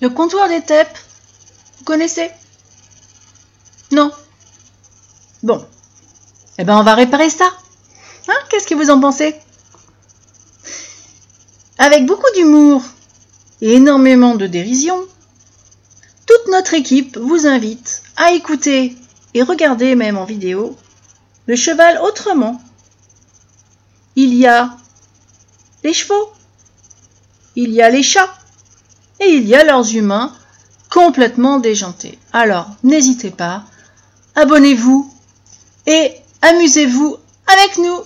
Le comptoir des Teppes, vous connaissez Non Bon. Eh ben, on va réparer ça. Hein Qu'est-ce que vous en pensez Avec beaucoup d'humour et énormément de dérision, toute notre équipe vous invite à écouter et regarder même en vidéo le cheval autrement. Il y a les chevaux, il y a les chats et il y a leurs humains complètement déjantés. Alors, n'hésitez pas, abonnez-vous et amusez-vous avec nous.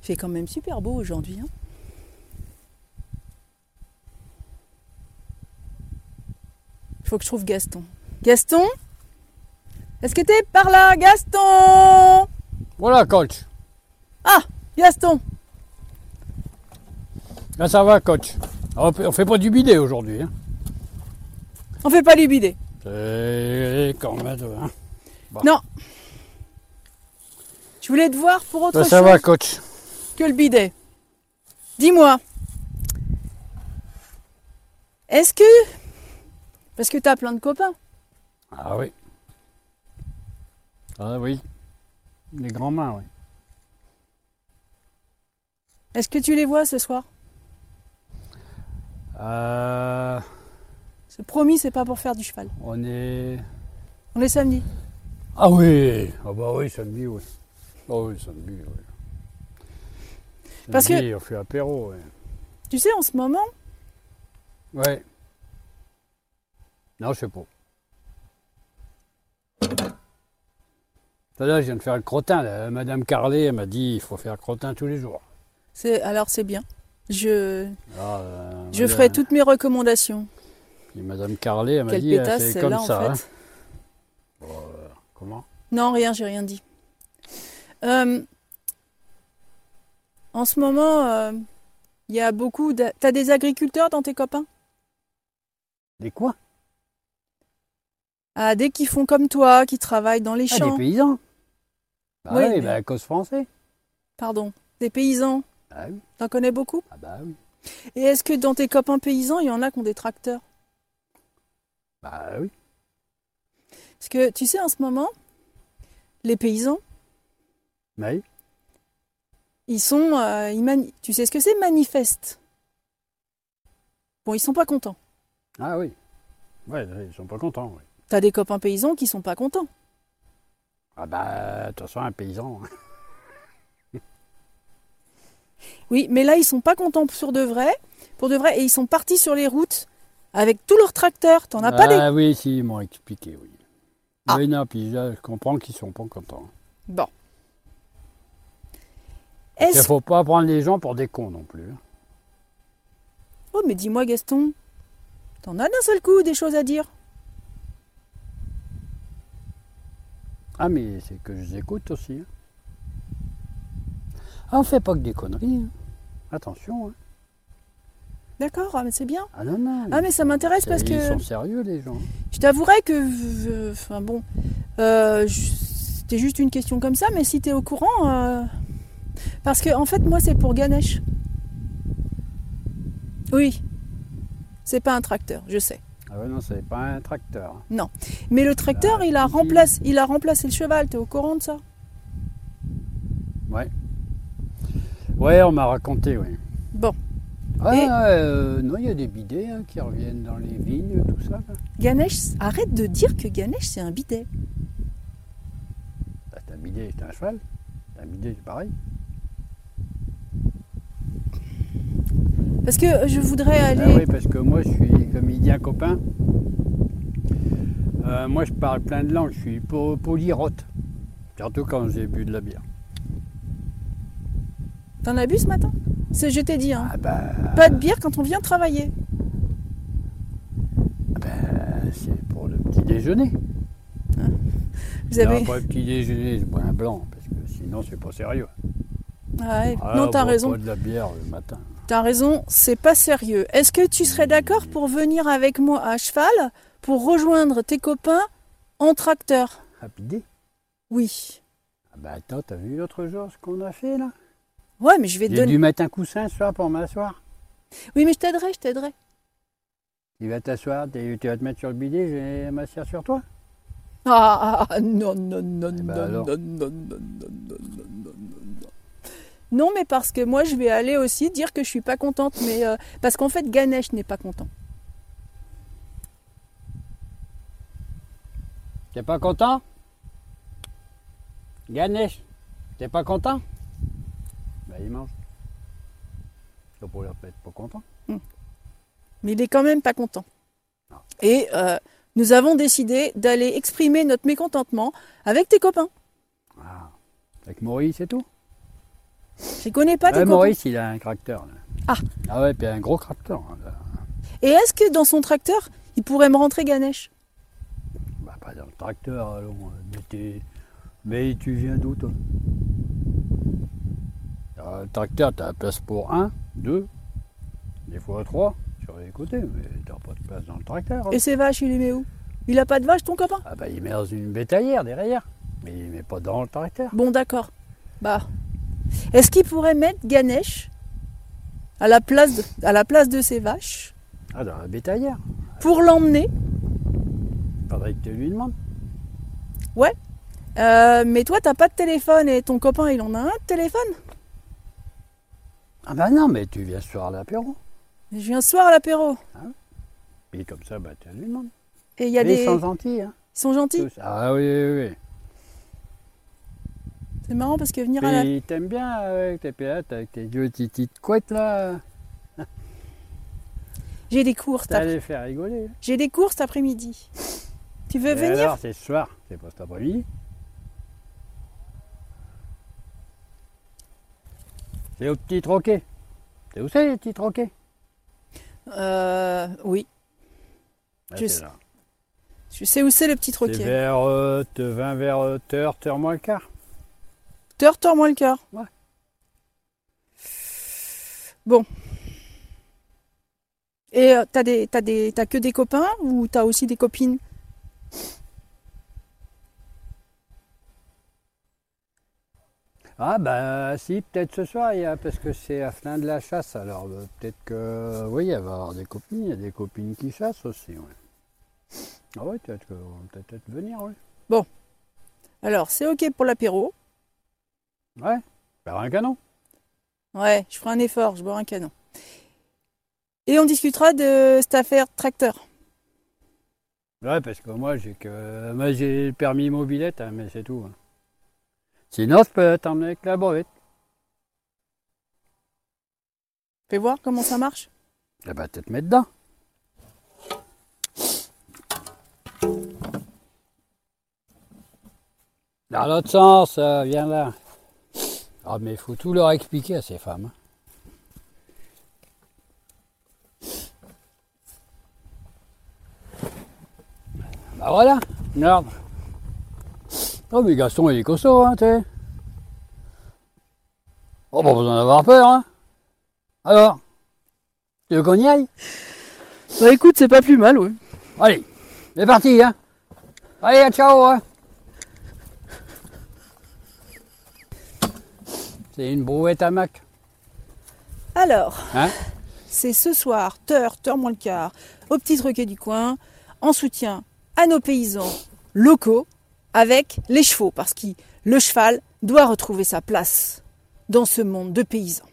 fait quand même super beau aujourd'hui. hein. Faut que je trouve Gaston. Gaston Est-ce que t'es par là Gaston Voilà, coach. Ah Gaston Là, ça va, coach. On fait- on fait pas du bidet aujourd'hui. Hein. On fait pas lui bider. C'est quand même. hein. Je voulais te voir pour autre Là, Bah, ça chose va, coach. que le bidet. Dis-moi. Est-ce que. Parce que t'as plein de copains. Ah oui. Ah oui. Les grands-mères, oui. Est-ce que tu les vois ce soir Euh, C'est promis, c'est pas pour faire du cheval. on est. On est samedi. Ah oui Ah bah oui, samedi, oui. Ah oui, samedi, oui. Parce que- Samedi, On fait apéro, oui. Tu sais, en ce moment, Ouais. Non, je sais pas. Ça, Là, je viens de faire le crottin. là. Madame Carlet elle m'a dit il faut faire le crottin tous les jours. c'est alors c'est bien. Je, Ah, euh, je madame- ferai toutes mes recommandations. Puis Madame Carlet elle m'a Quelle dit euh, pétasse c'est celle-là comme en ça. hein. fait. Comment Non, rien, j'ai rien dit. Euh, en ce moment, euh, il y a beaucoup. d'a- T'as des agriculteurs dans tes copains Des quoi Ah, dès qu'ils font comme toi, qui travaillent dans les Ah, des champs. paysans. Bah Oui, oui, mais- bah, à cause français. Pardon, des paysans. Ah oui. T'en connais beaucoup Ah bah oui. Et est-ce que dans tes copains paysans, il y en a qui ont des tracteurs Bah oui. Parce que tu sais, en ce moment, les paysans, Mais ils sont. euh, ils mani- tu sais ce que c'est manifeste Bon, ils sont pas contents. ah oui. Ouais, là, ils sont pas contents. ouais. T'as des copains paysans qui sont pas contents. Ah bah de toute façon un paysan. hein. Oui, mais là, ils sont pas contents sur de vrai, pour de vrai, et ils sont partis sur les routes avec tous leurs tracteurs. T'en as pas des Ah oui, si ils m'ont expliqué, oui. Ah. Oui, non, puis là, je comprends qu'ils sont pas contents. Bon. Il ne Est-ce... faut pas prendre les gens pour des cons non plus. hein. Oh, mais dis-moi, Gaston, t'en as d'un seul coup des choses à dire Ah, mais c'est que je les écoute aussi. hein. Ah, on fait pas que des conneries. hein. Attention. hein. D'accord, ah, mais c'est bien. Ah non, non. Ah, mais ça m'intéresse c'est- parce que Ils sont sérieux, les gens. je t'avouerais que... euh, Enfin bon, euh, je- c'était juste une question comme ça, mais si t'es au courant... euh, Parce que, en fait, moi, c'est pour Ganesh. Oui. C'est pas un tracteur, je sais. Ah ouais, non, c'est pas un tracteur. hein. Mais le tracteur, Bah, il, a si. remplacé, il a remplacé le cheval, t'es au courant de ça Ouais, on m'a raconté, oui. Bon, Ah, Et- euh, non, il y a des bidets hein, qui reviennent dans les vignes, tout ça. là. Ganesh, arrête de dire que Ganesh c'est un bidet. Bah, t'as un bidet, c'est un cheval. T'as un bidet, c'est pareil. Parce que euh, je voudrais aller. Ah oui, parce que moi, je suis comédien copain. Euh, moi, je parle plein de langues. Je suis po- polyrote. Surtout quand j'ai bu de la bière. T'en as bu ce matin C'est, je t'ai dit, hein. Ah bah, Pas de bière quand on vient travailler. c'est pour le petit déjeuner. Vous avez. Non, pas le petit déjeuner, je bois un blanc. Parce que sinon, c'est pas sérieux. Ah ouais. Ah, non, t'as bois raison. Pas de la bière le matin. T'as raison, c'est pas sérieux. Est-ce que tu serais d'accord pour venir avec moi à cheval pour rejoindre tes copains en tracteur Rapidé. Oui. Ah bah attends, t'as vu l'autre jour ce qu'on a fait là Ouais, mais je vais te J'ai donner. dû mettre un coussin ce soir pour m'asseoir. Oui, mais je t'aiderai, je t'aiderai. Tu vas t'asseoir, t'es- tu vas te mettre sur le bidet, je vais m'asseoir sur toi. Ah, ah, ah, non, non, non, Eh ben non, alors. non, non, non, non, non, non, non, non, non. Non, mais parce que moi, je vais aller aussi dire que je suis pas contente, mais euh, parce qu'en fait, Ganesh n'est pas content. T'es pas content Ganesh, t'es pas content Bah il mange. Ça pour leur être pas content. mais il est quand même pas content. Non. Et euh, nous avons décidé d'aller exprimer notre mécontentement avec tes copains. Ah. Avec Maurice et tout Je les connais pas tes Ouais, copains. Maurice il a un tracteur là. Ah. Ah ouais, puis un gros tracteur. hein, là. Et est-ce que dans son tracteur, il pourrait me rentrer Ganesh Bah pas dans le tracteur, allons. euh, Mais, t'es- mais tu viens d'où toi Dans le tracteur, t'as la place pour un, deux, des fois trois, sur les côtés, mais t'as pas de place dans le tracteur. hein. Et ses vaches, il les met où Il a pas de vaches, ton copain Ah bah il met dans une bétaillère derrière, mais il met pas dans le tracteur. Bon, d'accord. Bah, est-ce qu'il pourrait mettre Ganesh à la place de, à la place de ses vaches Ah dans la bétaillère. pour l'emmener Faudrait que tu lui demandes. Euh, Mais toi, t'as pas de téléphone et ton copain, il en a un de téléphone Ah bah non, mais tu viens sur l'apéro. Je viens ce soir à l'apéro. Et comme ça, bah tu lui demandes. Et il y a Mais des. ils sont gentils, hein. Ils sont gentils. tous. Ah oui, oui, oui. C'est marrant parce que venir à la... Puis ils t'aiment bien avec tes pilotes, avec tes deux petites couettes là. J'ai des cours. cet Ça après- les fait rigoler. hein. J'ai des cours cet après-midi. Tu veux Et venir alors, c'est ce soir, c'est pas cet après-midi. C'est au petit troquet. C'est où c'est les petits troquets Euh, Oui. Ah, Je c'est sais. là. Je sais où c'est le petit C'est troquet. vers euh, te- 20 vers euh, heure, heure moins le quart. Teurs, tord-moi le cœur. Ouais. Bon. Et euh, t'as des, t'as des, t'as que des copains ou t'as aussi des copines Ah bah si, peut-être ce soir, il y a- parce que c'est la fin de la chasse, alors euh, peut-être que oui, il va y avoir des copines, il y a des copines qui chassent aussi, ouais. Ah ouais, peut-être qu'on va peut-être venir, ouais. Alors c'est ok pour l'apéro. Ouais, par un canon. Ouais, je ferai un effort, je bois un canon. Et on discutera de cette affaire tracteur. Ouais, parce que moi j'ai que moi j'ai le permis mobilette, hein, mais c'est tout. hein. Sinon, je peux t'emmener avec la bavette. Fais voir comment ça marche. Eh bah peut-être mettre dedans. Dans l'autre sens, euh, viens là. Ah mais il faut tout leur expliquer à ces femmes. hein. Bah voilà, regarde. Oh mais Gaston il est costaud, hein, t'es. Oh pas besoin d'avoir peur, hein. Alors, tu veux qu'on y aille Bah écoute, c'est pas plus mal, ouais. Allez, c'est parti, hein Allez, à ciao, hein C'est une brouette à Mac. Alors, Hein c'est ce soir, heure, heure moins le quart, au petit requai du coin, en soutien à nos paysans locaux avec les chevaux, parce que le cheval doit retrouver sa place dans ce monde de paysans.